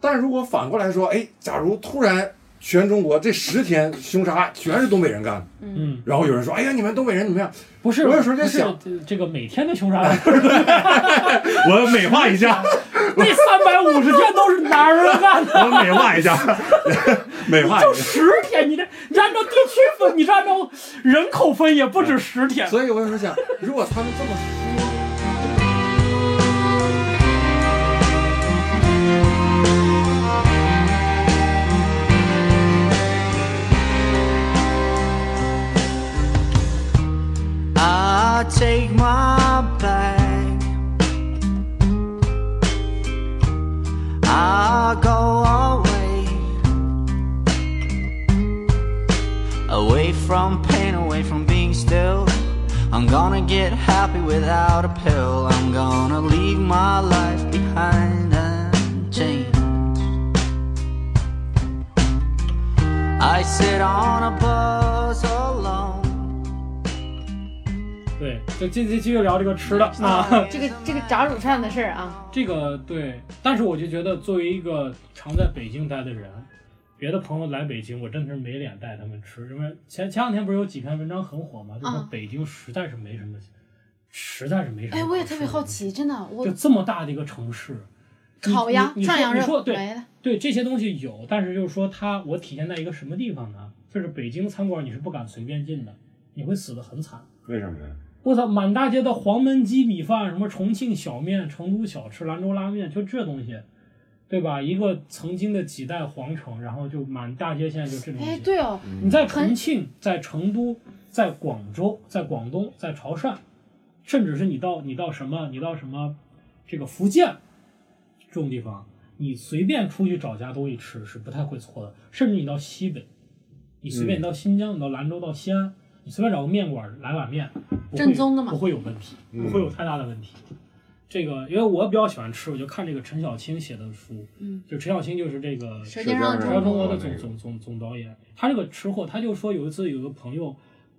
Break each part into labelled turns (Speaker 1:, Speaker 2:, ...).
Speaker 1: 但如果反过来说，哎，假如突然全中国这十天凶杀案全是东北人干的，
Speaker 2: 嗯，
Speaker 1: 然后有人说，哎呀，你们东北人怎么样？
Speaker 2: 不是，
Speaker 1: 我有时候在
Speaker 2: 不是
Speaker 1: 想
Speaker 2: 这这个每天的凶 杀案，
Speaker 3: 我美化一下，
Speaker 2: 那三百五十天都是哪儿人干的？
Speaker 3: 我美化一下，美化
Speaker 2: 就
Speaker 3: 一下。
Speaker 2: 十天，你这你按照地区分，你这按照人口分也不止十天。
Speaker 3: 嗯
Speaker 1: 所以我有时候想，如果他们这么说，
Speaker 4: I take my bag. I go away, away from pain, away from being still. I'm gonna get happy without a pill. I'm gonna leave my life behind and change. I sit on a bus alone.
Speaker 2: 对，就今天继续聊这个吃的
Speaker 3: 嗯
Speaker 2: 啊。
Speaker 5: 这个这个炸乳扇的事儿啊，
Speaker 2: 这个对，但是我就觉得作为一个常在北京待的人，别的朋友来北京，我真的是没脸带他们吃，因为前前两天不是有几篇文章很火嘛，就说
Speaker 5: 嗯
Speaker 2: 北京实在是没什么，实在是没什么。
Speaker 5: 哎，我也特别好，奇，真的，我
Speaker 2: 就这么大的一个城市，你
Speaker 5: 烤鸭
Speaker 2: 你、你说
Speaker 5: 涮羊
Speaker 2: 你说
Speaker 5: 肉
Speaker 2: 对
Speaker 5: 没了，
Speaker 2: 对这些东西有，但是就是说它，我体现在一个什么地方呢？就是北京餐馆你是不敢随便进的，你会死得很惨。
Speaker 1: 为什么呢？
Speaker 2: 我操，满大街的黄焖鸡米饭，什么重庆小面、成都小吃、兰州拉面，就这东西，对吧？一个曾经的几代皇城，然后就满大街现在就这东西。
Speaker 5: 哎，对哦，
Speaker 2: 你在重庆、在成都、在广州、在广东、在潮汕，甚至是你到你到什么你到什么这个福建这种地方，你随便出去找家东西吃是不太会错的。甚至你到西北，你随
Speaker 5: 嗯
Speaker 2: 便你到新疆、你到兰州、到西安，你随便找个面馆来碗面，不会
Speaker 5: 正宗的嘛
Speaker 2: 不会有问题，不会有太大的问题。这个，因为我比较喜欢吃，我就看这个陈小青写的书，
Speaker 5: 嗯，
Speaker 2: 就陈小青就是这个
Speaker 5: 舌尖上的
Speaker 1: 舌尖上的
Speaker 2: 《
Speaker 5: 中
Speaker 2: 传中国》
Speaker 5: 国
Speaker 2: 的
Speaker 1: 那
Speaker 2: 总
Speaker 1: 个
Speaker 2: 总总总导演，他这个吃货，他就说有一次有个朋友，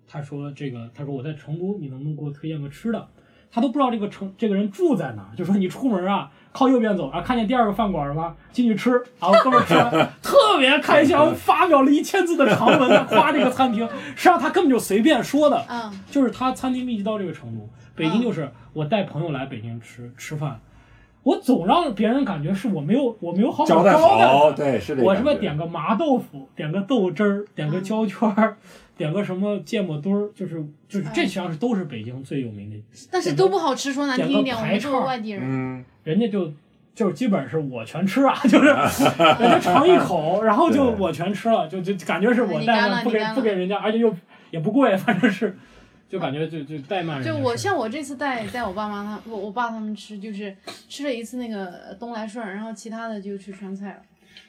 Speaker 2: 他说这个，他说我在成都，你能不能给我推荐个吃的？他都不知道这个城这个人住在哪儿，就说你出门啊，靠右边走啊，看见第二个饭馆了吗？进去吃，然后哥们儿吃完 特别开心，发表了一千字的长文在夸这个餐厅，实际上他根本就随便说的，
Speaker 5: 嗯，
Speaker 2: 就是他餐厅密集到这个程度。北京
Speaker 5: 嗯
Speaker 2: 就是我带朋友来北京吃吃饭，我总让别人感觉是我没有我没有好好
Speaker 1: 招
Speaker 2: 待
Speaker 1: 待好，
Speaker 2: 他。
Speaker 1: 对，是这个。
Speaker 2: 我什么点个麻豆腐，点个豆汁儿，点
Speaker 5: 嗯
Speaker 2: 个焦圈儿，点个什么芥末墩儿，就是就是
Speaker 5: 哎
Speaker 2: 这实际上是都是北京最有名的，
Speaker 5: 但是都不好吃，说难听一
Speaker 2: 点个
Speaker 5: 点，我
Speaker 2: 排
Speaker 5: 们
Speaker 2: 叉
Speaker 5: 作为外地人，
Speaker 1: 嗯，
Speaker 2: 人家就就是基本是我全吃啊， 就是人家尝一口，然后就
Speaker 1: 对
Speaker 2: 我全吃了，就就感觉是我
Speaker 5: 你
Speaker 2: 怠
Speaker 5: 干
Speaker 2: 慢，
Speaker 5: 了
Speaker 2: 不
Speaker 5: 你
Speaker 2: 给
Speaker 5: 干了
Speaker 2: 不给人家，而且又也不贵，反正是就感觉就就怠嗯慢人家
Speaker 5: 就
Speaker 2: 似的。
Speaker 5: 我像我这次带带我爸妈他我我爸他们吃，就是吃了一次那个东来顺，然后其他的就去川菜了。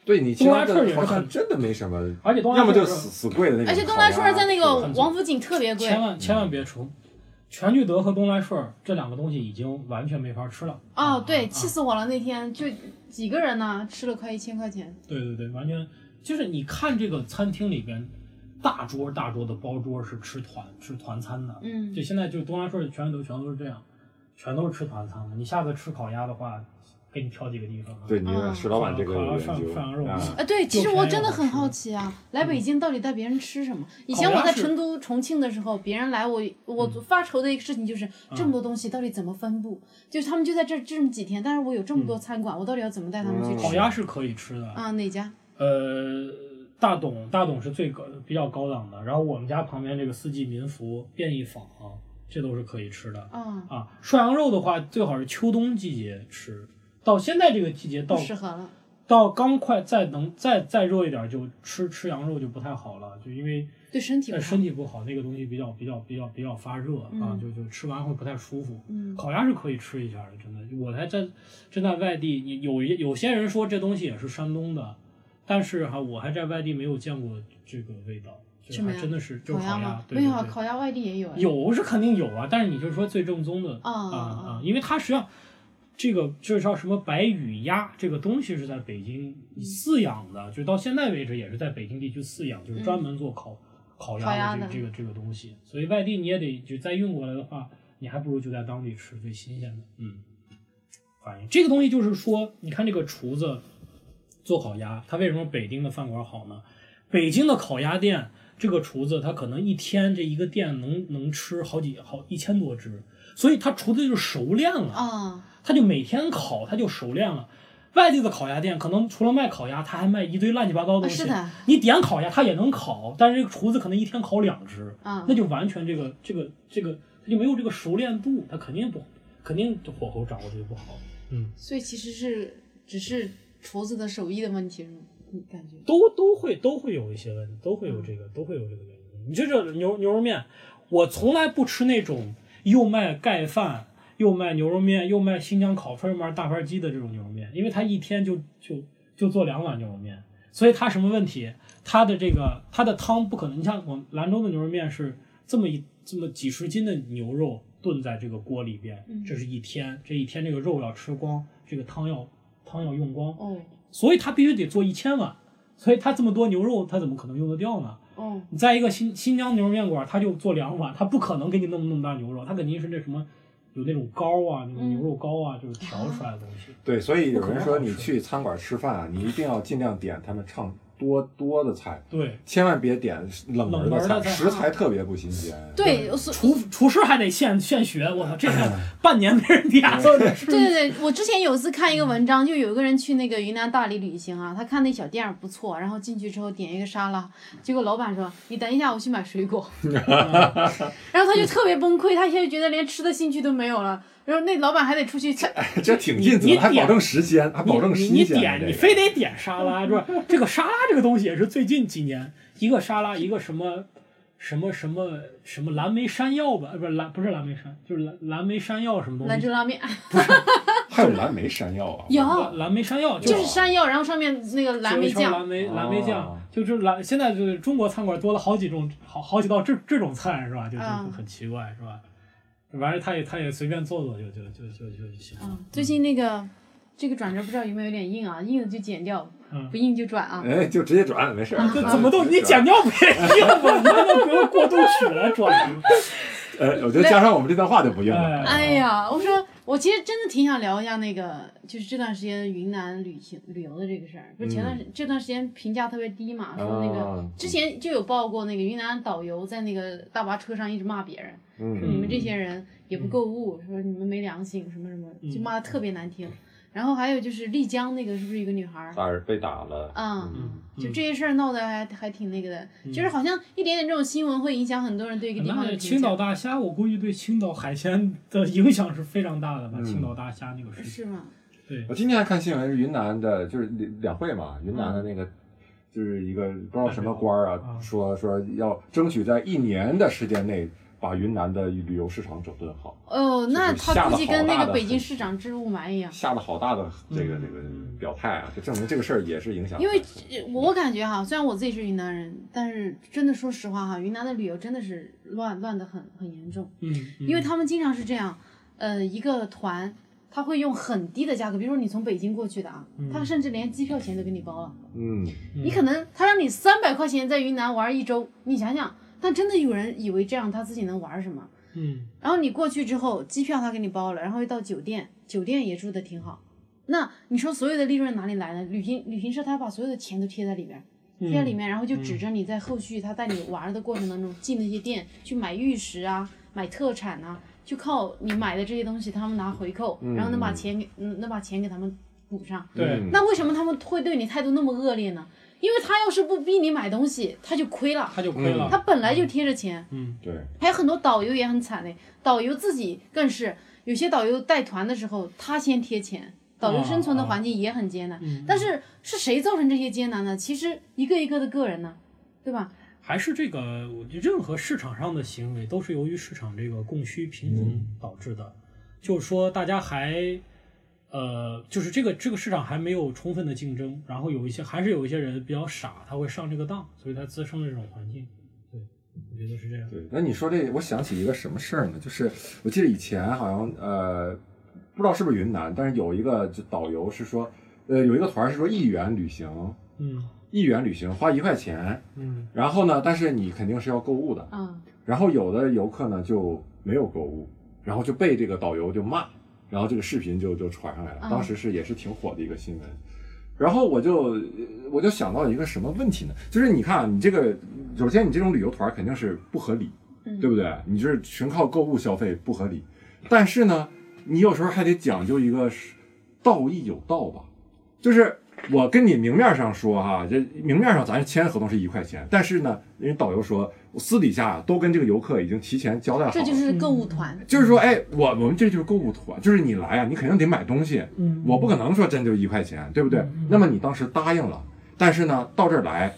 Speaker 1: 对你其他
Speaker 2: 东来顺也
Speaker 1: 的
Speaker 2: 是
Speaker 1: 好像
Speaker 2: 很
Speaker 1: 真的没什么，
Speaker 2: 而且东来
Speaker 1: 要么就
Speaker 2: 顺
Speaker 1: 死死贵的那种。
Speaker 5: 而且东来
Speaker 3: 啊
Speaker 5: 顺在那个
Speaker 2: 很
Speaker 5: 王府井特别贵
Speaker 2: 千万千万别冲！全聚德和东来顺儿这两个东西已经完全没法吃了。
Speaker 5: 哦，对，
Speaker 2: 啊
Speaker 5: 气死我了！那天就几个人呢，吃了快一千块钱。
Speaker 2: 对对对，完全就是你看这个餐厅里边，大桌大桌的包桌是吃团吃团餐的，
Speaker 5: 嗯
Speaker 2: 就现在就东来顺儿、全聚德全都是这样，全都是吃团餐的。你下次吃烤鸭的话，给你挑几个地方啊。
Speaker 1: 对，
Speaker 5: 嗯
Speaker 1: 你看石老板这个
Speaker 2: 烤
Speaker 1: 有
Speaker 2: 鸭
Speaker 1: 研
Speaker 2: 涮
Speaker 1: 究
Speaker 2: 涮羊肉
Speaker 1: 啊，
Speaker 5: 啊，对，其实
Speaker 2: 就
Speaker 5: 我
Speaker 2: 便宜
Speaker 5: 真的
Speaker 2: 好
Speaker 5: 很
Speaker 2: 吃嗯
Speaker 5: 好奇啊，来北京到底带别人吃什么？以前
Speaker 2: 烤鸭
Speaker 5: 我在
Speaker 2: 是嗯
Speaker 5: 成都、重庆的时候，别人来我我发愁的一个事情就是这么多东西到底怎么分布？就是他们就在这这么几天，但是我有这么多餐馆，我到底要怎么带他们去
Speaker 1: 嗯
Speaker 2: 嗯
Speaker 5: 吃？
Speaker 2: 烤鸭是可以吃的，
Speaker 5: 啊，哪家？
Speaker 2: 呃，大董大董是最高比较高档的，然后我们家旁边这个四季民福、便宜坊、这都是可以吃的。
Speaker 5: 啊，
Speaker 2: 啊，涮羊肉的话，最好是秋冬季节吃。到现在这个季节，
Speaker 5: 不
Speaker 2: 到
Speaker 5: 适合了。
Speaker 2: 到刚快再能再再热一点，就吃吃羊肉就不太好了，就因为
Speaker 5: 对身体不
Speaker 2: 呃
Speaker 5: 好
Speaker 2: 身。体不好，那个东西比较比较比较比较发热啊
Speaker 5: 嗯，
Speaker 2: 就就吃完会不太舒服。
Speaker 5: 嗯，
Speaker 2: 烤鸭是可以吃一下的，真的。我还在真在外地，你有一有些人说这东西也是山东的，但是哈，我还在外地没有见过这个味道，就是
Speaker 5: 什么
Speaker 2: 还
Speaker 5: 呀
Speaker 2: 真的是就是
Speaker 5: 烤
Speaker 2: 烤鸭
Speaker 5: 吗，？
Speaker 2: 对
Speaker 5: 没
Speaker 2: 对
Speaker 5: 有啊，
Speaker 2: 对
Speaker 5: 烤鸭外地也有啊。
Speaker 2: 有是肯定有啊，但是你就说最正宗的
Speaker 5: 啊
Speaker 2: 啊
Speaker 5: 啊
Speaker 2: 啊，因为它实际上这个就是叫什么白羽鸭这个东西是在北京饲养的，就到现在为止也是在北京地区饲养，就是专门做烤、烤
Speaker 5: 烤鸭
Speaker 2: 鸭的
Speaker 5: 的
Speaker 2: 这个、这个这个东西。所以外地你也得就再运过来的话，你还不如就在当地吃最新鲜的。嗯，反应这个东西就是说，你看这个厨子做烤鸭，它为什么北京的饭馆好呢？北京的烤鸭店，这个厨子他可能一天这一个店能能吃好几好一千多只，所以他厨子就熟练了。
Speaker 5: 啊，
Speaker 2: 他就每天烤，他就熟练了。外地的烤鸭店可能除了卖烤鸭，他还卖一堆乱七八糟的东西。
Speaker 5: 啊是的
Speaker 2: 你点烤鸭，他也能烤，但是这个厨子可能一天烤两只，
Speaker 5: 啊
Speaker 2: 那就完全这个这个这个，他就没有这个熟练度，他肯定不肯定就火候掌握的就不好，
Speaker 5: 所以其实是只是厨子的手艺的问题，是吗？你感觉？
Speaker 2: 都都会都会有一些问题，都会有这
Speaker 5: 嗯
Speaker 2: 个都会有这个原因。你就这牛牛肉面，我从来不吃那种又卖盖饭。又卖牛肉面，又卖新疆烤串，又卖大盘鸡的这种牛肉面，因为他一天就就就做两碗牛肉面，所以它什么问题？它的这个它的汤不可能，你像我们兰州的牛肉面是这么一这么几十斤的牛肉炖在这个锅里边
Speaker 5: 嗯，
Speaker 2: 这是一天，这一天这个肉要吃光，这个汤要汤要用光，
Speaker 5: 哦
Speaker 2: 所以它必须得做一千碗，所以它这么多牛肉，它怎么可能用得掉呢？
Speaker 5: 哦，
Speaker 2: 你在一个新新疆牛肉面馆，他就做两碗，他不可能给你弄那么大牛肉，他肯定是那什么有那种膏啊，那种牛肉膏啊，就是调出来的东西。
Speaker 3: 对，所以有人
Speaker 2: 不可
Speaker 3: 说
Speaker 2: 能好
Speaker 3: 你
Speaker 2: 吃
Speaker 3: 去餐馆吃饭啊，你一定要尽量点他们唱多多的菜，
Speaker 2: 对，
Speaker 3: 千万别点冷门
Speaker 2: 冷门的
Speaker 3: 菜，
Speaker 2: 菜
Speaker 3: 食材特别不新鲜。
Speaker 5: 对，所
Speaker 2: 厨厨师还得现现学，我操，这个半年没人点，所以得吃。
Speaker 5: 对对对，我之前有一次看一个文章，就有一个人去那个云南大理旅行啊，他看那小店儿不错，然后进去之后点一个沙拉，结果老板说：“你等一下，我去买水果。” 然后他就特别崩溃，他现在觉得连吃的兴趣都没有了。然后那老板还得出去菜，
Speaker 3: 这挺尽
Speaker 2: 你
Speaker 3: 责，
Speaker 2: 你
Speaker 3: 还保
Speaker 2: 点
Speaker 3: 证时间，还保证
Speaker 2: 你
Speaker 3: 新
Speaker 2: 你
Speaker 3: 鲜呢。
Speaker 2: 点，
Speaker 3: 这
Speaker 2: 你
Speaker 3: 个
Speaker 2: 非得点沙拉，是吧？这个沙拉这个东西也是最近几年一个沙拉，一个什么什么什么什么蓝莓山药吧，呃不是蓝不是蓝莓山，就是蓝蓝莓山药什么东
Speaker 5: 兰
Speaker 2: 西
Speaker 5: 州。拉面
Speaker 3: 还有蓝莓山药啊，
Speaker 2: 蓝
Speaker 5: 有，
Speaker 2: 蓝莓山药
Speaker 5: 哦就是是山药，然后上面那个蓝莓
Speaker 2: 切一圈
Speaker 5: 酱，
Speaker 2: 蓝莓蓝莓酱
Speaker 3: 哦，
Speaker 2: 就是蓝。现在就是中国餐馆多了好几种，好好几道这这种菜是吧？就就
Speaker 5: 嗯
Speaker 2: 很奇怪是吧？完事他也他也随便做做就就就就就就行了
Speaker 5: 嗯。，最近那个这个转折不知道有没有点硬啊，硬的就剪掉，
Speaker 2: 嗯
Speaker 5: 不硬就转啊。
Speaker 3: 哎，就直接转，没事儿。啊
Speaker 2: 这啊怎么都你剪掉没 用吧？你那都不用过渡曲了，转移。
Speaker 3: 呃，我觉得加上我们这段话就不用了。啊
Speaker 5: 哎呀，我说我其实真的挺想聊一下那个，就是这段时间云南旅行旅游的这个事儿。不是前段、时这段时间评价特别低嘛，说那个、
Speaker 3: 啊
Speaker 5: 之前就有报过那个云南导游在那个大巴车上一直骂别人，说你
Speaker 3: 嗯，
Speaker 5: 们这些人也不购物，说你们没良心什么什么，就骂的特别难听。然后还有就是丽江那个是不是有个女孩儿？
Speaker 3: 耳被打了
Speaker 5: 嗯，
Speaker 2: 嗯
Speaker 5: 就这些事儿闹得还还挺那个的，就是好像一点点这种新闻会影响很多人对一个地方的
Speaker 2: 哎那
Speaker 5: 评价。
Speaker 2: 青岛大虾，我估计对青岛海鲜的影响是非常大的吧？
Speaker 3: 嗯
Speaker 2: 青岛大虾那个事情，
Speaker 5: 是吗？
Speaker 2: 对
Speaker 3: 我今天还看新闻，是云南的，就是两两会嘛，云南的
Speaker 2: 嗯
Speaker 3: 那个。就是一个不知道什么官儿
Speaker 2: 代表
Speaker 3: 啊
Speaker 2: 啊，
Speaker 3: 说说要争取在一年的时间内把云南的旅游市场整顿好，
Speaker 5: 哦，那
Speaker 3: 就是下
Speaker 5: 他估
Speaker 3: 了
Speaker 5: 计
Speaker 3: 好
Speaker 5: 跟那
Speaker 3: 大
Speaker 5: 个
Speaker 3: 的
Speaker 5: 北
Speaker 3: 很
Speaker 5: 京市长治雾霾一样。
Speaker 3: 下了好大的这个这个表态啊，就证明这个事儿也是影响。
Speaker 5: 因为呃我感觉哈，虽然我自己是云南人，但是真的说实话哈，云南的旅游真的是乱乱的很很严重，
Speaker 2: 嗯，嗯
Speaker 5: 因为他们经常是这样，呃，一个团他会用很低的价格，比如说你从北京过去的啊，他甚至连机票钱都给你包了，
Speaker 3: 嗯，
Speaker 5: 你可能他让你三百块钱在云南玩一周，你想想，但真的有人以为这样他自己能玩什么？
Speaker 2: 嗯
Speaker 5: 然后你过去之后，机票他给你包了，然后又到酒店，酒店也住的挺好。那你说所有的利润哪里来呢？旅行旅行社他把所有的钱都贴在里边儿，贴在里面，然后就指着你在后续他带你玩儿的过程当中进那些店去买玉石啊，买特产啊，就靠你买的这些东西他们拿回扣，然后能把钱给嗯能把钱给他们补上。
Speaker 2: 对
Speaker 3: 嗯
Speaker 5: 那为什么他们会对你态度那么恶劣呢？因为他要是不逼你买东西，他就亏了。
Speaker 2: 他就亏了。嗯
Speaker 5: 他本来就贴着钱，
Speaker 3: 对，
Speaker 5: 还有很多导游也很惨嘞，导游自己更是有些导游带团的时候，他先贴钱，导游生存的环境也很艰难。但是是谁造成这些艰难呢？其实一个一个的个人呢，对吧？
Speaker 2: 还是这个，我觉得任何市场上的行为都是由于市场这个供需平衡
Speaker 3: 嗯
Speaker 2: 导致的。就是说，大家还，呃，就是这个这个市场还没有充分的竞争，然后有一些还是有一些人比较傻，他会上这个当，所以他滋生了这种环境。对，我觉得是这样。
Speaker 3: 对，那你说这，我想起一个什么事儿呢？就是我记得以前好像呃，不知道是不是云南，但是有一个就导游是说，呃，有一个团儿是说一元旅行，
Speaker 2: 嗯
Speaker 3: 一元旅行花一块钱，
Speaker 2: 嗯
Speaker 3: 然后呢，但是你肯定是要购物的，
Speaker 5: 啊、
Speaker 3: 然后有的游客呢就没有购物，然后就被这个导游就骂，然后这个视频就就传上来了，
Speaker 5: 嗯
Speaker 3: 当时是也是挺火的一个新闻。然后我就呃我就想到一个什么问题呢？就是你看啊，你这个首先你这种旅游团肯定是不合理，
Speaker 5: 嗯
Speaker 3: 对不对？你就是纯靠购物消费不合理，但是呢，你有时候还得讲究一个是道义有道吧，就是我跟你明面上说哈，这明面上咱签合同是一块钱，但是呢，人家导游说我私底下都跟这个游客已经提前交代好了，
Speaker 5: 这就是购物团，
Speaker 3: 就是说，哎，我我们这就是购物团，就是你来啊，你肯定得买东西，
Speaker 2: 嗯
Speaker 3: 我不可能说真就一块钱，对不
Speaker 5: 嗯
Speaker 3: 对？那么你当时答应了，但是呢，到这儿来，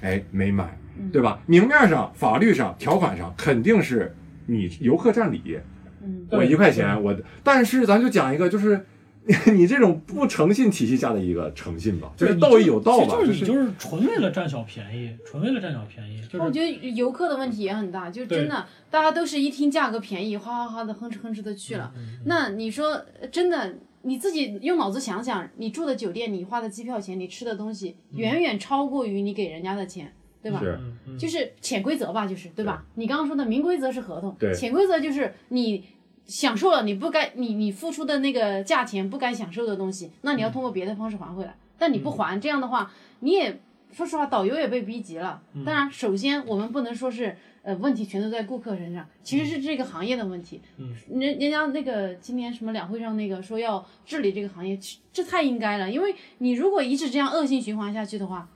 Speaker 3: 哎，没买，
Speaker 5: 嗯
Speaker 3: 对吧？明面上、法律上、条款上肯定是你游客占理，
Speaker 5: 嗯，
Speaker 2: 对
Speaker 3: 我一块钱，我但是咱就讲一个，就是 你这种不诚信体系下的一个诚信吧，就是道义有道吧，
Speaker 2: 其实就是你就是纯为了占小便宜，纯为了占小便宜，就
Speaker 5: 我
Speaker 2: 是
Speaker 5: 觉得游客的问题也很大，就
Speaker 2: 对
Speaker 5: 真的大家都是一听价格便宜，哗哗哗的哼哧哼哧的去了。那你说呃真的，你自己用脑子想想，你住的酒店，你花的机票钱，你吃的东西，远远超过于你给人家的钱，对吧？
Speaker 3: 是
Speaker 2: 嗯嗯
Speaker 5: 就是潜规则吧，就是对吧？你刚刚说的明规则是合同，
Speaker 3: 对
Speaker 5: 潜规则就是你享受了你不该你你付出的那个价钱不该享受的东西，那你要通过别的方式还回来。但你不还，这样的话你也说实话，导游也被逼急了。当然，首先我们不能说是呃问题全都在顾客身上，其实是这个行业的问题。
Speaker 2: 嗯，
Speaker 5: 人人家那个今年什么两会上那个说要治理这个行业，其这太应该了，因为你如果一直这样恶性循环下去的话，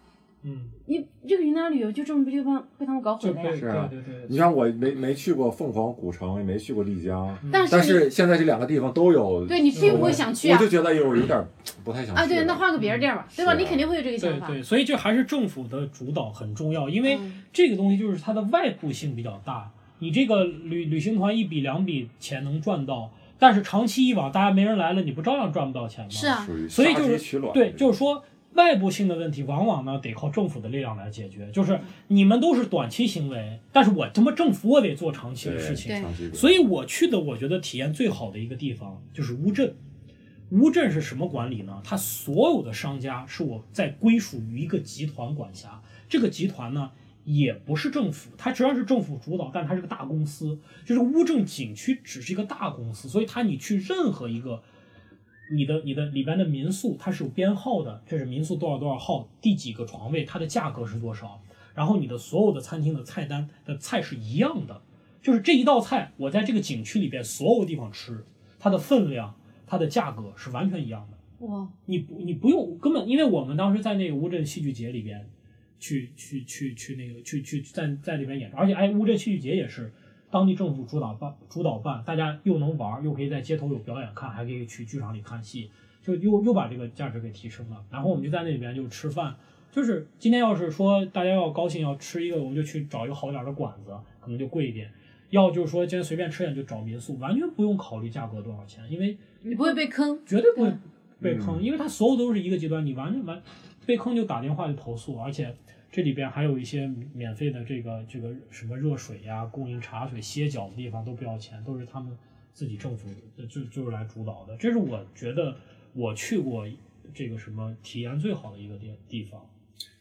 Speaker 2: 嗯，
Speaker 5: 你这个云南旅游就这么被他们被他们搞毁
Speaker 2: 就
Speaker 5: 了呀
Speaker 2: 被。
Speaker 3: 是啊
Speaker 2: 对对
Speaker 3: 你
Speaker 2: 对，
Speaker 3: 像我没没去过凤凰古城，也没去过丽江，
Speaker 2: 嗯
Speaker 5: 但
Speaker 3: 但
Speaker 5: 是
Speaker 3: 是现在这两个地方都有
Speaker 5: 你对你并不会想去
Speaker 3: 我
Speaker 5: 啊
Speaker 3: 就觉得有有点儿不太想去
Speaker 5: 啊，对，那换个别的地儿吧，对吧？
Speaker 3: 是啊
Speaker 5: 你肯定会有这个想
Speaker 2: 对
Speaker 5: 法。
Speaker 2: 对，所以这还是政府的主导很重要，因为
Speaker 5: 嗯
Speaker 2: 这个东西就是它的外部性比较大，你这个旅旅行团一笔两笔钱能赚到，但是长期以往大家没人来了，你不照样赚不到钱吗？
Speaker 5: 是啊，
Speaker 3: 属于
Speaker 2: 所以就
Speaker 3: 杀鸡
Speaker 2: 是
Speaker 3: 取卵
Speaker 2: 对，就是说外部性的问题，往往呢得靠政府的力量来解决。
Speaker 5: 嗯
Speaker 2: 就是你们都是短期行为，但是我他妈政府我得做长期的事情。
Speaker 5: 对
Speaker 3: 长期
Speaker 2: 所以我去的，我觉得体验最好的一个地方就是乌镇。乌镇是什么管理呢？它所有的商家是我在归属于一个集团管辖，这个集团呢也不是政府，它虽然是政府主导，但它是个大公司。就是乌镇景区只是一个大公司，所以它你去任何一个你的你的里边的民宿它是有编号的，这是民宿多少多少号，第几个床位，它的价格是多少，然后你的所有的餐厅的菜单的菜是一样的，就是这一道菜我在这个景区里边所有地方吃，它的分量、它的价格是完全一样的。
Speaker 5: 哇，
Speaker 2: 你不你不用根本，因为我们当时在那个乌镇戏剧节里边，去去去去那个去去在在里边演出，而且哎，乌镇戏剧节也是当地政府主导办主导办，大家又能玩，又可以在街头有表演看，还可以去剧场里看戏，就又又把这个价值给提升了。然后我们就在那里边就吃饭，就是今天要是说大家要高兴要吃一个，我们就去找一个好点儿的馆子，可能就贵一点。要就是说今天随便吃点就找民宿，完全不用考虑价格多少钱，因为
Speaker 5: 你不会被坑。
Speaker 2: 绝对不会
Speaker 3: 嗯
Speaker 5: 对
Speaker 2: 被坑，因为他所有都是一个极端，你完全完被坑就打电话就投诉，而且这里边还有一些免费的这个这个什么热水呀、供应茶水、歇脚的地方都不要钱，都是他们自己政府就就就是来主导的。这是我觉得我去过这个什么体验最好的一个地地方。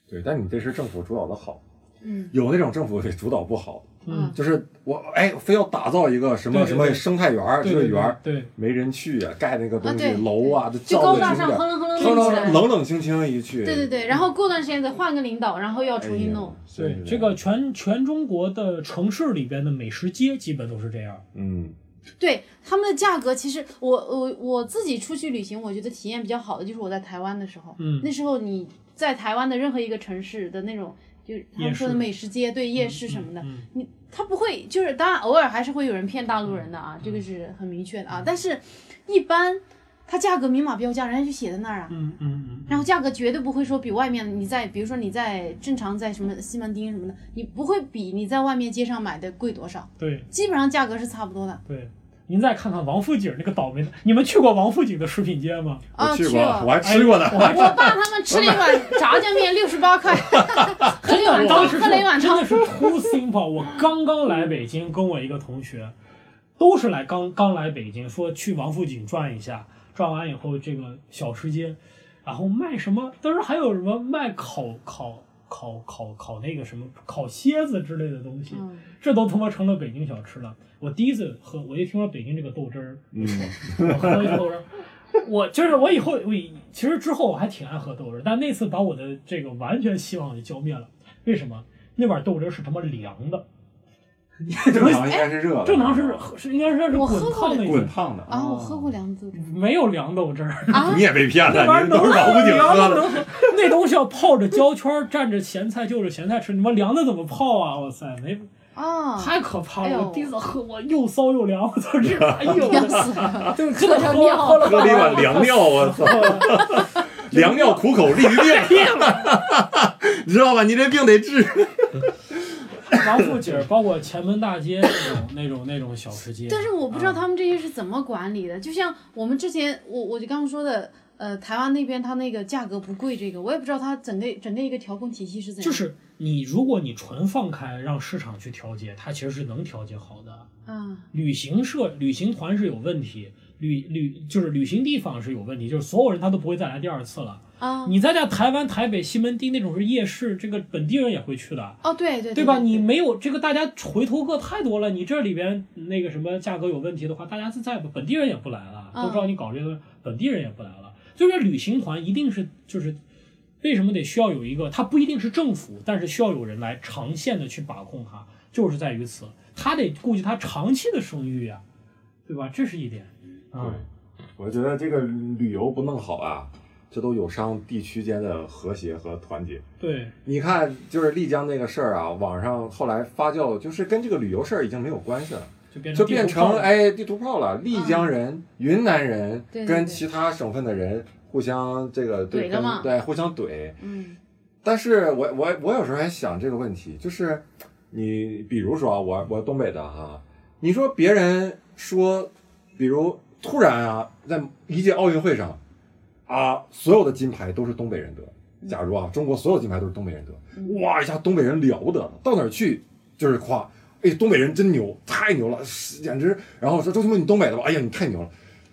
Speaker 3: 对，但你这是政府主导的好，
Speaker 5: 嗯
Speaker 3: 有那种政府给主导不好，
Speaker 2: 嗯
Speaker 5: 啊，
Speaker 3: 就是我哎非要打造一个什么
Speaker 2: 对对
Speaker 3: 什么
Speaker 2: 对
Speaker 3: 生态园儿、
Speaker 2: 对
Speaker 3: 这个
Speaker 2: 对
Speaker 3: 园儿，
Speaker 2: 对，
Speaker 3: 没人去啊，盖那个东西
Speaker 5: 对
Speaker 3: 楼啊，就
Speaker 5: 就
Speaker 3: 造
Speaker 5: 高
Speaker 3: 的
Speaker 5: 大
Speaker 3: 就是
Speaker 5: 上，
Speaker 3: 点
Speaker 5: 哼
Speaker 3: 儿
Speaker 5: 啷哼
Speaker 3: 冷
Speaker 5: 啷起来。
Speaker 3: 冷冷冷清清一去，
Speaker 5: 对对对，然后过段时间再换个领导，然后要
Speaker 3: 哎呀，
Speaker 5: 重新弄。
Speaker 2: 对，
Speaker 3: 真是
Speaker 2: 这个全全中国的城市里边的美食街基本都是这样。
Speaker 3: 嗯
Speaker 5: 对他们的价格，其实我我我自己出去旅行，我觉得体验比较好的就是我在台湾的时候，
Speaker 2: 嗯
Speaker 5: 那时候你在台湾的任何一个城市的那种，就是他们说
Speaker 2: 夜
Speaker 5: 的
Speaker 2: 市
Speaker 5: 美食街，对夜市什么的，
Speaker 2: 嗯
Speaker 5: 你他不会，就是当然偶尔还是会有人骗大陆人的啊，这个是很明确的啊，但是一般它价格明码标价，人家就写在那儿啊。
Speaker 2: 嗯嗯嗯，
Speaker 5: 然后价格绝对不会说比外面你在，比如说你在正常在什么西门町什么的，你不会比你在外面街上买的贵多少，
Speaker 2: 对。
Speaker 5: 基本上价格是差不多的。
Speaker 2: 对，您再看看王府井那个倒霉的，你们去过王府井的食品街吗？哎
Speaker 5: 啊，
Speaker 3: 我去
Speaker 5: 去
Speaker 3: 过，
Speaker 5: 了
Speaker 3: 我还吃过呢，
Speaker 5: 我爸他们吃了一碗炸酱面，六十八块，喝了一碗
Speaker 2: 当
Speaker 5: 汤，
Speaker 2: 时
Speaker 5: 喝了一碗
Speaker 2: 真的
Speaker 5: 汤。
Speaker 2: 是 too simple。我刚刚来北京，跟我一个同学，都是来刚刚来北京，说去王府井转一下，转完以后这个小吃街，然后卖什么？当时还有什么卖烤烤烤烤烤那个什么烤蝎子之类的东西，
Speaker 5: 嗯
Speaker 2: 这都他妈成了北京小吃了。我第一次喝，我一听说北京这个豆汁儿，不错，我喝一豆汁儿，我就是我以后我以其实之后我还挺爱喝豆汁儿，但那次把我的这个完全希望给浇灭了。为什么？那碗豆汁儿是他妈凉的，
Speaker 3: 正常应该是热的，
Speaker 2: 正常是是应该是是
Speaker 5: 我喝
Speaker 2: 滚
Speaker 5: 过
Speaker 2: 烫的，
Speaker 3: 滚烫的
Speaker 5: 啊，我喝过凉豆汁儿
Speaker 2: 没有凉豆汁儿，
Speaker 5: 啊
Speaker 3: 你，也被骗
Speaker 2: 那
Speaker 3: 了，
Speaker 2: 玩意儿
Speaker 3: 你都是老武警喝的。
Speaker 2: 能那东西要泡着胶圈儿，蘸着咸菜就着咸菜吃，你妈凉的怎么泡啊？哇塞，没
Speaker 5: 啊，
Speaker 2: 太可怕
Speaker 5: 哎
Speaker 2: 了！
Speaker 5: 呦
Speaker 2: 我第一次喝，我又骚又凉，我操，这个哎呦，
Speaker 5: 要死了，
Speaker 2: 就是真的
Speaker 5: 喝
Speaker 2: 喝
Speaker 5: 成尿
Speaker 2: 喝了
Speaker 3: 喝了一碗凉尿，我 操！凉尿苦口利于 病，你知道吧？你这病得治。
Speaker 2: 王府井儿，包括前门大街那种那种那种小吃街，
Speaker 5: 但是我不
Speaker 2: 啊
Speaker 5: 知道他们这些是怎么管理的。就像我们之前，我我就刚刚说的，呃，台湾那边它那个价格不贵，这个我也不知道它整个整个一个调控体系是怎样。
Speaker 2: 就是你如果你纯放开让市场去调节，它其实是能调节好的。
Speaker 5: 啊，
Speaker 2: 旅行社、旅行团是有问题，旅旅就是旅行地方是有问题，就是所有人他都不会再来第二次了。
Speaker 5: 啊，
Speaker 2: 你在在台湾台北西门町那种是夜市，这个本地人也会去的。
Speaker 5: 哦，对对
Speaker 2: 对吧？你没有这个，大家回头客太多了。你这里边那个什么价格有问题的话，大家自在吧，本地人也不来了，
Speaker 5: 嗯
Speaker 2: 都知道你搞这个，本地人也不来了。就是旅行团一定是就是为什么得需要有一个，它不一定是政府，但是需要有人来长线的去把控它，就是在于此，他得顾及他长期的声誉啊，对吧？这是一点。
Speaker 3: 嗯
Speaker 2: 啊，
Speaker 3: 我觉得这个旅游不弄好啊，这都有伤地区间的和谐和团结。
Speaker 2: 对，
Speaker 3: 你看，就是丽江那个事儿啊，网上后来发酵，就是跟这个旅游事儿已经没有关系了，
Speaker 2: 就变
Speaker 3: 就
Speaker 2: 成
Speaker 3: 变
Speaker 2: 地图炮
Speaker 3: 成哎地图炮了。丽江人、云南人
Speaker 5: 嗯对对对
Speaker 3: 跟其他省份的人互相这个对
Speaker 5: 怼的
Speaker 3: 跟
Speaker 5: 嘛
Speaker 3: 对互相怼，
Speaker 5: 嗯
Speaker 3: 但是我我我有时候还想这个问题，就是你比如说啊，我我东北的哈、你说别人说，比如突然啊，在一届奥运会上，啊，所有的金牌都是东北人得。假如啊，中国所有金牌都是东北人得，哇一下东北人了不得了，到哪儿去就是夸，哎，东北人真牛，太牛了，是简直。然后说周奇墨你东北的吧，哎呀你太牛了。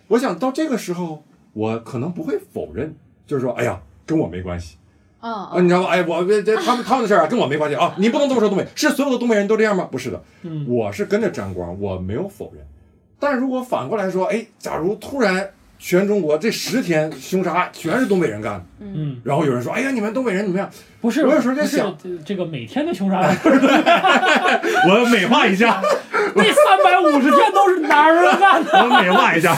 Speaker 3: 我想到这个时候，我可能不会否认，就是说，哎呀跟我没关系。
Speaker 5: 啊
Speaker 2: 呃
Speaker 3: 啊，你知道吧？哎，我这这他们他们的事儿啊，跟我没关系啊。你不能这么说东北，是所有的东北人都这样吗？不是的，
Speaker 2: 嗯
Speaker 3: 我是跟着沾光，我没有否认。但如果反过来说，哎，假如突然全中国这十天凶杀案全是东北人干的，
Speaker 2: 嗯，
Speaker 3: 然后有人说，哎呀，你们东北人怎么样？
Speaker 2: 不是，
Speaker 3: 我有时候在
Speaker 2: 不是
Speaker 3: 想
Speaker 2: 这这个每天的凶杀案，
Speaker 3: 我美化一 下，
Speaker 2: 那三百五十天都是哪儿人干的？
Speaker 3: 我美化一下，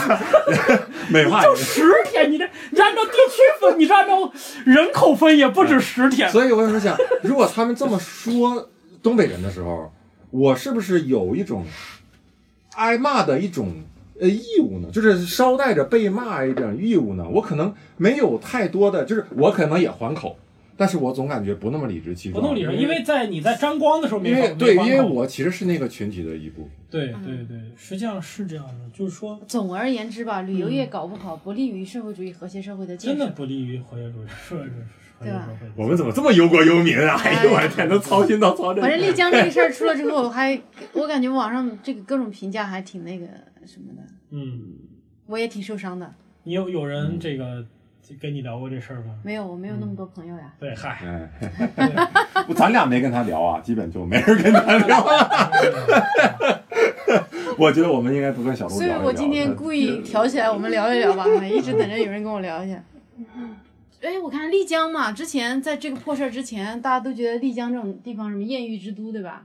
Speaker 3: 美化
Speaker 2: 就。十天，你这你按照地区分，你这按照人口分也不止十 天。
Speaker 3: 所以我有时候想，如果他们这么说东北人的时候，我是不是有一种挨骂的一种呃义务呢？就是捎带着被骂一种义务呢？我可能没有太多的，就是我可能也还口，但是我总感觉不那么理直气
Speaker 2: 不
Speaker 3: 壮。
Speaker 2: 弄理人，因为在你在沾光的时候没
Speaker 3: 因
Speaker 2: 法
Speaker 3: 为对，
Speaker 2: 没法
Speaker 3: 因为
Speaker 2: 弄
Speaker 3: 我其实是那个群体的一部分。
Speaker 2: 对对对，实际上是这样的，就是说
Speaker 5: 总而言之吧，旅游业搞不好，不利于社会主义和谐社会的
Speaker 2: 嗯
Speaker 5: 建
Speaker 2: 真
Speaker 5: 设。
Speaker 2: 的不利于活跃主义社会主义社会
Speaker 5: 对吧
Speaker 2: 社会。
Speaker 3: 我们怎么这么忧国忧民啊？
Speaker 5: 哎呦我的
Speaker 3: 天，都操心到操
Speaker 5: 反正丽江这个事儿出了之 后，我还我感觉网上这个各种评价还挺那个什么的，
Speaker 2: 嗯，
Speaker 5: 我也挺受伤的。
Speaker 2: 你有有人这个跟你聊过这事儿吗？
Speaker 5: 没有，我没有那么多朋友呀。
Speaker 2: 对，嗨，
Speaker 3: 哎， 咱俩没跟他聊啊，基本就没人跟他聊。我觉得我们应该多跟小鹿
Speaker 5: 所以我今天故意挑起来，我们聊一聊吧，一直等着有人跟我聊一下。 哎，我看丽江嘛，之前在这个破事儿之前，大家都觉得丽江这种地方什么艳遇之都，对吧？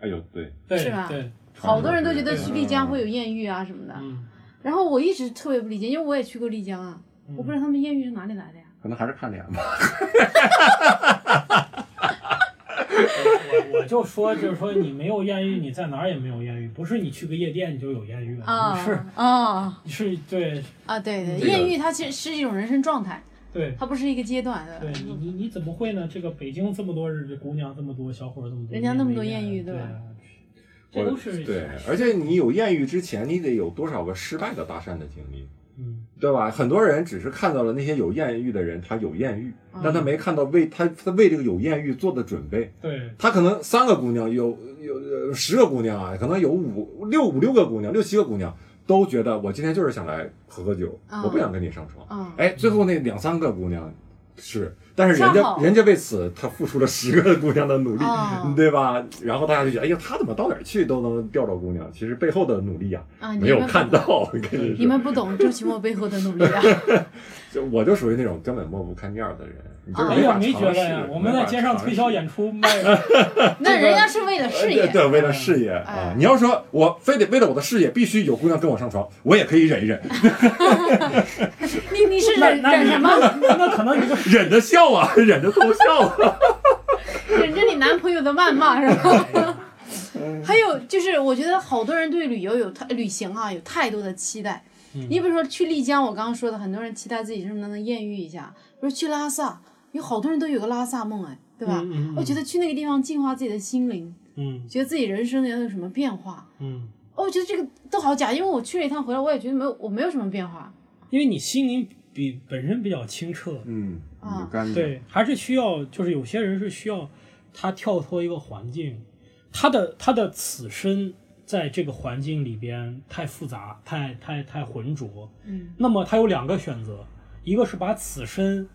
Speaker 3: 哎呦，对，
Speaker 2: 对
Speaker 5: 是吧
Speaker 2: 对，
Speaker 5: 好多人都觉得去丽江会有艳遇啊什么的。
Speaker 2: 嗯，
Speaker 5: 然后我一直特别不理解，因为我也去过丽江啊，
Speaker 2: 嗯
Speaker 5: 我不知道他们艳遇是哪里来的呀。
Speaker 3: 可能还是看脸吧。
Speaker 2: 我我就说就是说你没有艳遇，你在哪儿也没有艳遇，不是你去个夜店你就有艳遇了，
Speaker 5: 啊
Speaker 2: 你是
Speaker 5: 啊
Speaker 2: 你是对
Speaker 5: 啊！对对，
Speaker 3: 嗯这个
Speaker 5: 艳遇它其实是一种人生状态，
Speaker 2: 对。
Speaker 5: 它不是一个阶段的。
Speaker 2: 对你，你你怎么会呢？这个北京这么多人，这姑娘这么多，小伙儿这么多，
Speaker 5: 人家那么多艳
Speaker 2: 艳
Speaker 5: 遇
Speaker 2: 对
Speaker 5: 对吧
Speaker 2: 啊这都是
Speaker 3: 对，而且你有艳遇之前，你得有多少个失败的搭讪的经历，
Speaker 2: 嗯，
Speaker 3: 对吧？很多人只是看到了那些有艳遇的人，他有艳遇
Speaker 5: 嗯，
Speaker 3: 但他没看到为他他为这个有艳遇做的准备。
Speaker 2: 对
Speaker 3: 他可能三个姑娘有有有十个姑娘啊，可能有五六五六个姑娘，六七个姑娘都觉得我今天就是想来喝喝酒，
Speaker 5: 嗯
Speaker 3: 我不想跟你上床。
Speaker 5: 啊
Speaker 3: 哎，最后那两三个姑娘是，但是人
Speaker 5: 恰
Speaker 3: 家
Speaker 5: 好
Speaker 3: 人家为此他付出了十个姑娘的努力，
Speaker 5: 哦
Speaker 3: 对吧？然后大家就觉得，哎呀，他怎么到哪儿去都能钓着姑娘？其实背后的努力呀、
Speaker 5: 啊，
Speaker 3: 没
Speaker 5: 你
Speaker 3: 有
Speaker 5: 们
Speaker 3: 看
Speaker 5: 不懂，
Speaker 3: 到。 跟你
Speaker 5: 你
Speaker 3: 说，
Speaker 5: 们不懂周奇墨背后的努力啊。
Speaker 3: 就我就属于那种根本抹不开面儿的人，你就是
Speaker 5: 啊
Speaker 2: 哎
Speaker 3: 没
Speaker 2: 呀，
Speaker 3: 法
Speaker 2: 没
Speaker 3: 尝
Speaker 2: 觉
Speaker 3: 试
Speaker 2: 得呀，我们
Speaker 3: 没
Speaker 2: 在
Speaker 3: 法
Speaker 2: 街上
Speaker 3: 尝
Speaker 2: 推
Speaker 3: 试
Speaker 2: 销演出卖，
Speaker 5: 那人家是为了事业
Speaker 3: 哎对，对，为了事业啊
Speaker 5: 哎！
Speaker 3: 你要说我非得为了我的事业必须有姑娘跟我上床，我也可以忍一忍，
Speaker 5: 你你是
Speaker 2: 那
Speaker 5: 忍
Speaker 2: 那
Speaker 5: 忍
Speaker 2: 你
Speaker 5: 什么？
Speaker 2: 那 那可能你 这
Speaker 3: 忍着笑啊，忍着偷笑啊。
Speaker 5: 忍着你男朋友的谩骂是吧？
Speaker 2: 嗯
Speaker 5: 还有就是，我觉得好多人对旅游有太旅行啊有太多的期待。
Speaker 2: 嗯
Speaker 5: 你比如说去丽江，我刚刚说的，很多人期待自己是不是能艳遇一下。比如去拉萨，有好多人都有个拉萨梦，哎，对吧？
Speaker 2: 嗯嗯嗯
Speaker 5: 我觉得去那个地方净化自己的心灵，
Speaker 2: 嗯
Speaker 5: 觉得自己人生要有什么变化。
Speaker 2: 嗯，
Speaker 5: 哦，我觉得这个都好假，因为我去了一趟回来，我也觉得没有，我没有什么变化。
Speaker 2: 因为你心灵比本身比较清澈，
Speaker 3: 嗯，
Speaker 5: 啊
Speaker 3: 有干净。
Speaker 2: 对，还是需要，就是有些人是需要他跳脱一个环境，他的他的此生在这个环境里边太复杂，太太太浑浊。
Speaker 5: 嗯，
Speaker 2: 那么他有两个选择，一个是把此生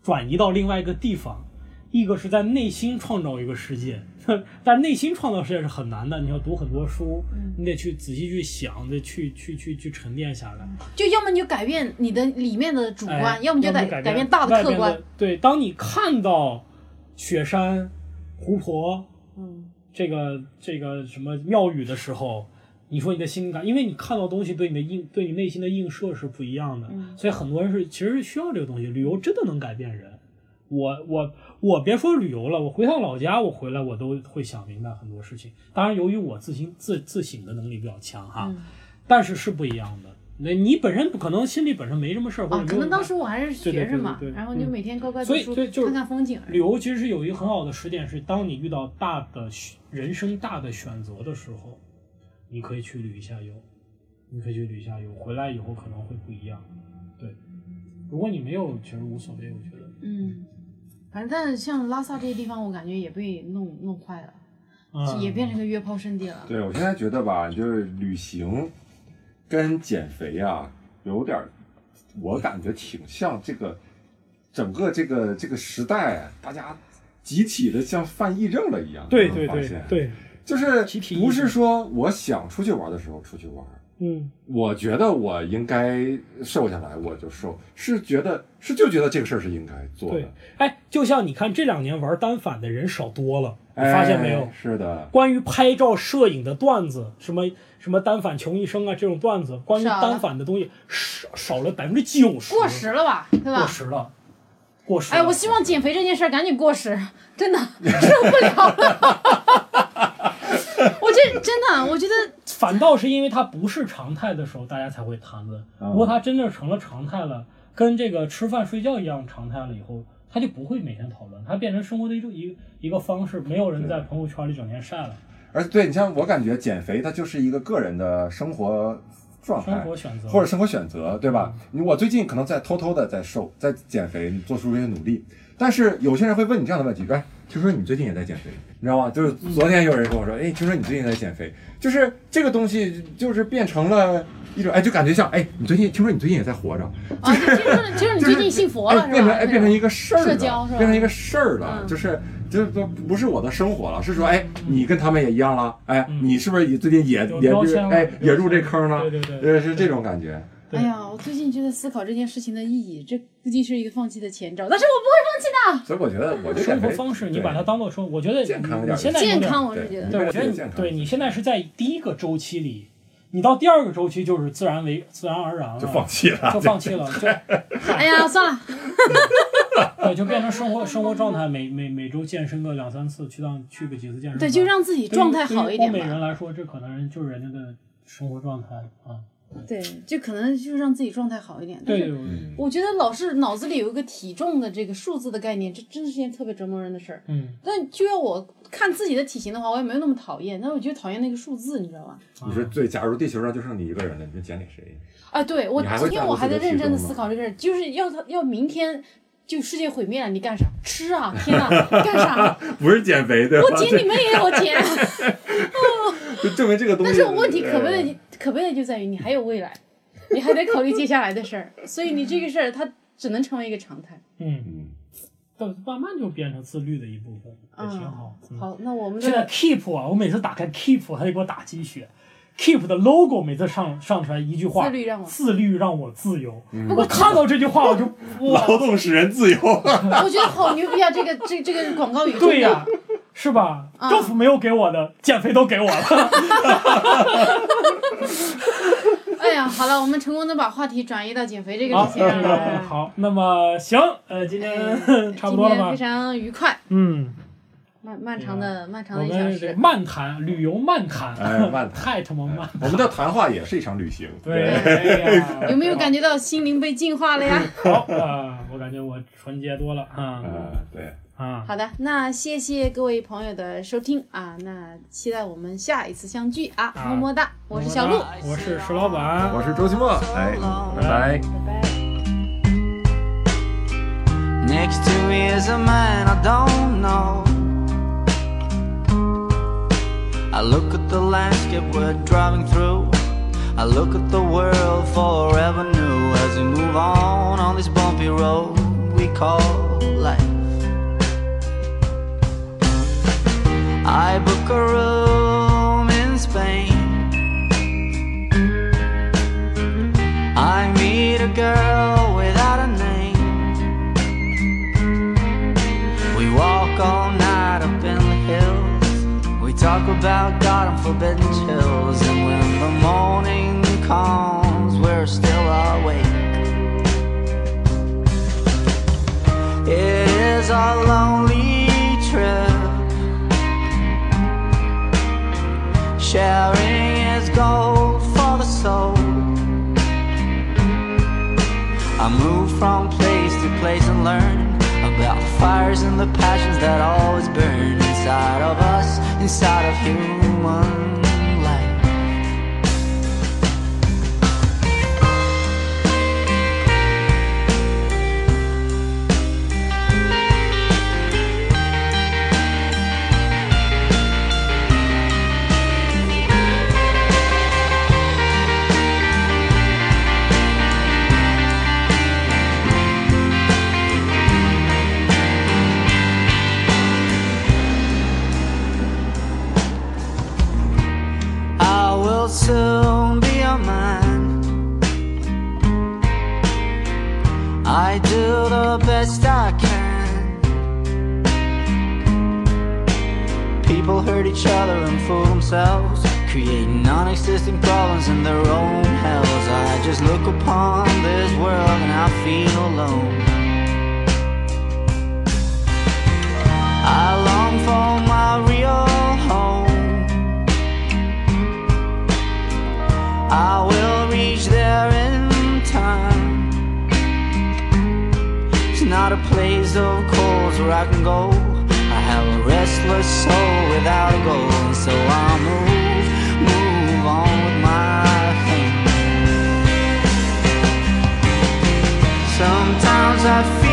Speaker 2: 转移到另外一个地方，一个是在内心创造一个世界。 但内心创造世界是很难的，你要读很多书，
Speaker 5: 嗯
Speaker 2: 你得去仔细去想，得去去去去沉淀下来。
Speaker 5: 就要么你就改变你的里面的嗯主观，
Speaker 2: 哎
Speaker 5: 要么就改
Speaker 2: 改
Speaker 5: 变大
Speaker 2: 外
Speaker 5: 的客
Speaker 2: 边
Speaker 5: 观。。
Speaker 2: 对，当你看到雪山、湖泊，
Speaker 5: 嗯，
Speaker 2: 这个这个什么庙宇的时候，你说你的心感，因为你看到东西对你的映，对你内心的映射是不一样的，
Speaker 5: 嗯
Speaker 2: 所以很多人是其实是需要这个东西。旅游真的能改变人。我我我别说旅游了，我回趟老家，我回来我都会想明白很多事情。当然，由于我自行自自省的能力比较强哈，
Speaker 5: 嗯
Speaker 2: 但是是不一样的。那你本身不可能心里本身没什么事儿，或者
Speaker 5: 啊，
Speaker 2: 没
Speaker 5: 可
Speaker 2: 有
Speaker 5: 能当
Speaker 2: 什么
Speaker 5: 时我还是
Speaker 2: 对对
Speaker 5: 学生嘛，
Speaker 2: 对对对
Speaker 5: 然后就
Speaker 2: 嗯
Speaker 5: 每天乖乖读
Speaker 2: 所以
Speaker 5: 书，
Speaker 2: 对就是
Speaker 5: 看看风景。
Speaker 2: 旅游其实是有一个很好的时点，是当你遇到大的选人生大的选择的时候，你可以去旅一下游，你可以去旅一下游，回来以后可能会不一样。对，如果你没有，其实无所谓，我觉得。
Speaker 5: 嗯，反正但像拉萨这些地方，我感觉也被弄弄坏了，
Speaker 2: 啊、
Speaker 5: 也变成个约炮圣地了。
Speaker 3: 对，我现在觉得吧，就是旅行跟减肥啊，有点儿，我感觉挺像这个整个这个这个时代，啊大家集体的像犯癔症了一样。
Speaker 2: 嗯对
Speaker 3: 你
Speaker 2: 对
Speaker 3: 能发
Speaker 2: 对
Speaker 3: 现，
Speaker 2: 对，
Speaker 3: 就是
Speaker 2: 集体意识
Speaker 3: 不是说我想出去玩的时候出去玩，
Speaker 2: 嗯
Speaker 3: 我觉得我应该瘦下来我就瘦，是觉得是就觉得这个事儿是应该做
Speaker 2: 对
Speaker 3: 的。。
Speaker 2: 哎，就像你看这两年玩单反的人少多了，你
Speaker 3: 哎
Speaker 2: 发现没有？
Speaker 3: 是的，
Speaker 2: 关于拍照摄影的段子，什么什么单反穷一生啊这种段子，关于
Speaker 5: 少了
Speaker 2: 单反的东西少少了百分之九十，
Speaker 5: 过时了吧，对
Speaker 2: 过
Speaker 5: 吧？
Speaker 2: 时了，过时了。
Speaker 5: 哎，我希望减肥这件事儿赶紧过时，真的 受不了了。 我这真的，啊我觉得
Speaker 2: 反倒是因为它不是常态的时候，大家才会谈论。
Speaker 3: 嗯
Speaker 2: 如果它真正成了常态了，跟这个吃饭睡觉一样常态了以后，它就不会每天讨论，它变成生活的一种一个一个方式，没有人在朋友圈里整天晒了。
Speaker 3: 而对你像我感觉减肥它就是一个个人的生活状态
Speaker 2: 生。活选择
Speaker 3: 或者生活选择，对吧？你我最近可能在偷偷的在瘦，在减肥，做出一些努力。但是有些人会问你这样的问题，哎，听说你最近也在减肥，你知道吗？就是
Speaker 5: 嗯
Speaker 3: 昨天有人跟我说，哎，听说你最近在减肥，就是这个东西就是变成了一种，哎，就感觉像，哎，你最近听说你最近也在活着，
Speaker 5: 啊，就听说听说你最近信佛了
Speaker 3: 哎、
Speaker 5: 是吧？
Speaker 3: 变成哎变成一个事儿了，
Speaker 5: 社交是吧
Speaker 3: 变成一个事儿了，
Speaker 5: 嗯
Speaker 3: 就是就是不不是我的生活了，是说哎你跟他们也一样了，哎、
Speaker 2: 嗯
Speaker 3: 你是不是也最近也
Speaker 2: 有
Speaker 3: 也
Speaker 2: 标签了
Speaker 3: 哎
Speaker 2: 有
Speaker 3: 也入
Speaker 2: 标
Speaker 3: 这
Speaker 2: 签
Speaker 3: 坑了？
Speaker 2: 对对对
Speaker 3: 呃是这种感觉。
Speaker 5: 哎呀，我最近觉得思考这件事情的意义，这估计是一个放弃的前兆，但是我不会放弃的。
Speaker 3: 所以我觉得我这
Speaker 2: 生
Speaker 3: 减
Speaker 2: 活
Speaker 3: 肥
Speaker 2: 方式，你
Speaker 3: 对
Speaker 2: 把它当做说，我觉得
Speaker 3: 健康一
Speaker 2: 你
Speaker 3: 点
Speaker 2: 你现在有
Speaker 5: 健
Speaker 2: 点
Speaker 5: 康，我是觉得。
Speaker 2: 对，我
Speaker 3: 你
Speaker 2: 觉
Speaker 3: 为
Speaker 2: 得
Speaker 3: 了
Speaker 2: 你
Speaker 3: 健康
Speaker 2: 对你现在是在第一个周期里，你到第二个周期就是自然为自然而然了，
Speaker 3: 就放弃了。
Speaker 2: 就放弃了，就
Speaker 5: 哎呀，算了，
Speaker 2: 对，就变成生活生活状态，每每每周健身个两三次，去趟去个几次健身房，
Speaker 5: 对，就让自己
Speaker 2: 对于
Speaker 5: 状态好一点
Speaker 2: 对于欧美人
Speaker 5: 吧。
Speaker 2: 来说，这可能就是人家的生活状态啊。
Speaker 5: 对，就可能就让自己状态好一点。但
Speaker 2: 对，
Speaker 5: 是
Speaker 2: 对
Speaker 3: 嗯
Speaker 2: 对
Speaker 5: 我觉得老是脑子里有一个体重的这个数字的概念，这真的是件特别折磨人的事儿。
Speaker 2: 嗯，
Speaker 5: 但就要我看自己的体型的话，我也没有那么讨厌，但我就讨厌那个数字，你知道吧？
Speaker 3: 你说对，假如地球上就剩你一个人了，你说减给谁？
Speaker 5: 啊，对我
Speaker 3: 你还
Speaker 5: 昨
Speaker 3: 会
Speaker 5: 天
Speaker 3: 在乎
Speaker 5: 我还
Speaker 3: 自
Speaker 5: 在
Speaker 3: 己的
Speaker 5: 认
Speaker 3: 体
Speaker 5: 真的
Speaker 3: 重吗
Speaker 5: 思考这个事儿，就是要他要明天就世界毁灭了，你干啥？吃啊！天哪，干啥？
Speaker 3: 不是减肥对吧
Speaker 5: 我？减你们也我啊减。
Speaker 3: 就证明这个东西。
Speaker 5: 但是问题可悲的，可悲的就在于你还有未来，你还得考虑接下来的事儿，所以你这个事儿它只能成为一个常态。
Speaker 2: 嗯，
Speaker 3: 嗯，
Speaker 2: 但慢慢就变成自律的一部分，也挺好。
Speaker 5: 嗯
Speaker 2: 嗯
Speaker 5: 好，那我们
Speaker 2: 现在
Speaker 5: 的
Speaker 2: Keep 啊，我每次打开 Keep，它就给我打鸡血。Keep 的 logo 每次上上出来一句话：
Speaker 5: 自律让我
Speaker 2: 自律让我自由。我看到这句话我就哇，
Speaker 1: 劳动使人自由。
Speaker 5: 我觉得好牛逼啊！这个这这个广告语，
Speaker 2: 对呀、是吧？
Speaker 5: 嗯
Speaker 2: 政府没有给我的，减肥都给我了。
Speaker 5: 哎呀，好了，我们成功的把话题转移到减肥这个
Speaker 2: 啊
Speaker 5: 事情
Speaker 2: 嗯
Speaker 5: 上了。 哎
Speaker 2: 好，那么行，呃，今天 差不多了
Speaker 5: 今天
Speaker 2: 吧
Speaker 5: 非？常愉快，
Speaker 2: 嗯，
Speaker 5: 漫漫长的漫长
Speaker 2: 我
Speaker 5: 的一小
Speaker 2: 们这
Speaker 5: 时。
Speaker 2: 漫谈旅游漫谈，
Speaker 3: 哎漫谈
Speaker 2: 太他妈漫。
Speaker 3: 我们的谈话也是一场旅行。
Speaker 2: 对，哎呀
Speaker 5: 有没有感觉到心灵被净化了呀？
Speaker 2: 好啊？我感觉我纯洁多了啊
Speaker 3: 嗯，对，
Speaker 2: 啊！
Speaker 5: 好的，那谢谢各位朋友的收听啊，那期待我们下一次相聚啊，
Speaker 2: 啊
Speaker 5: 么么哒，我是小鹿，拜
Speaker 2: 我是石老板，
Speaker 3: 我是周奇墨，哎，拜拜。
Speaker 5: 拜。
Speaker 4: Next to me is a man I don't know. I look at the landscape we're driving through. I look at the world forever new as we move on on this bumpy road we call life. I book a room in Spain. I meet a girl without a name. We walk all night up in the hills. We talk about God and forbidden chills. And when the morning comes, we're still awake. It is our lonely trip. Sharing is gold for the soul. I move from place to place and learn about the fires and the passions that always burn inside of us, inside of human life. I will soon be a man. I do the best I can. People hurt each other and fool themselves, creating non existent problems in their own hells. I just look upon this world and I feel alone. I long for my real home. I will reach there in time. It's not a place of course where I can go. I have a restless soul without a goal, and so I move, move on with my thing. Sometimes I feel.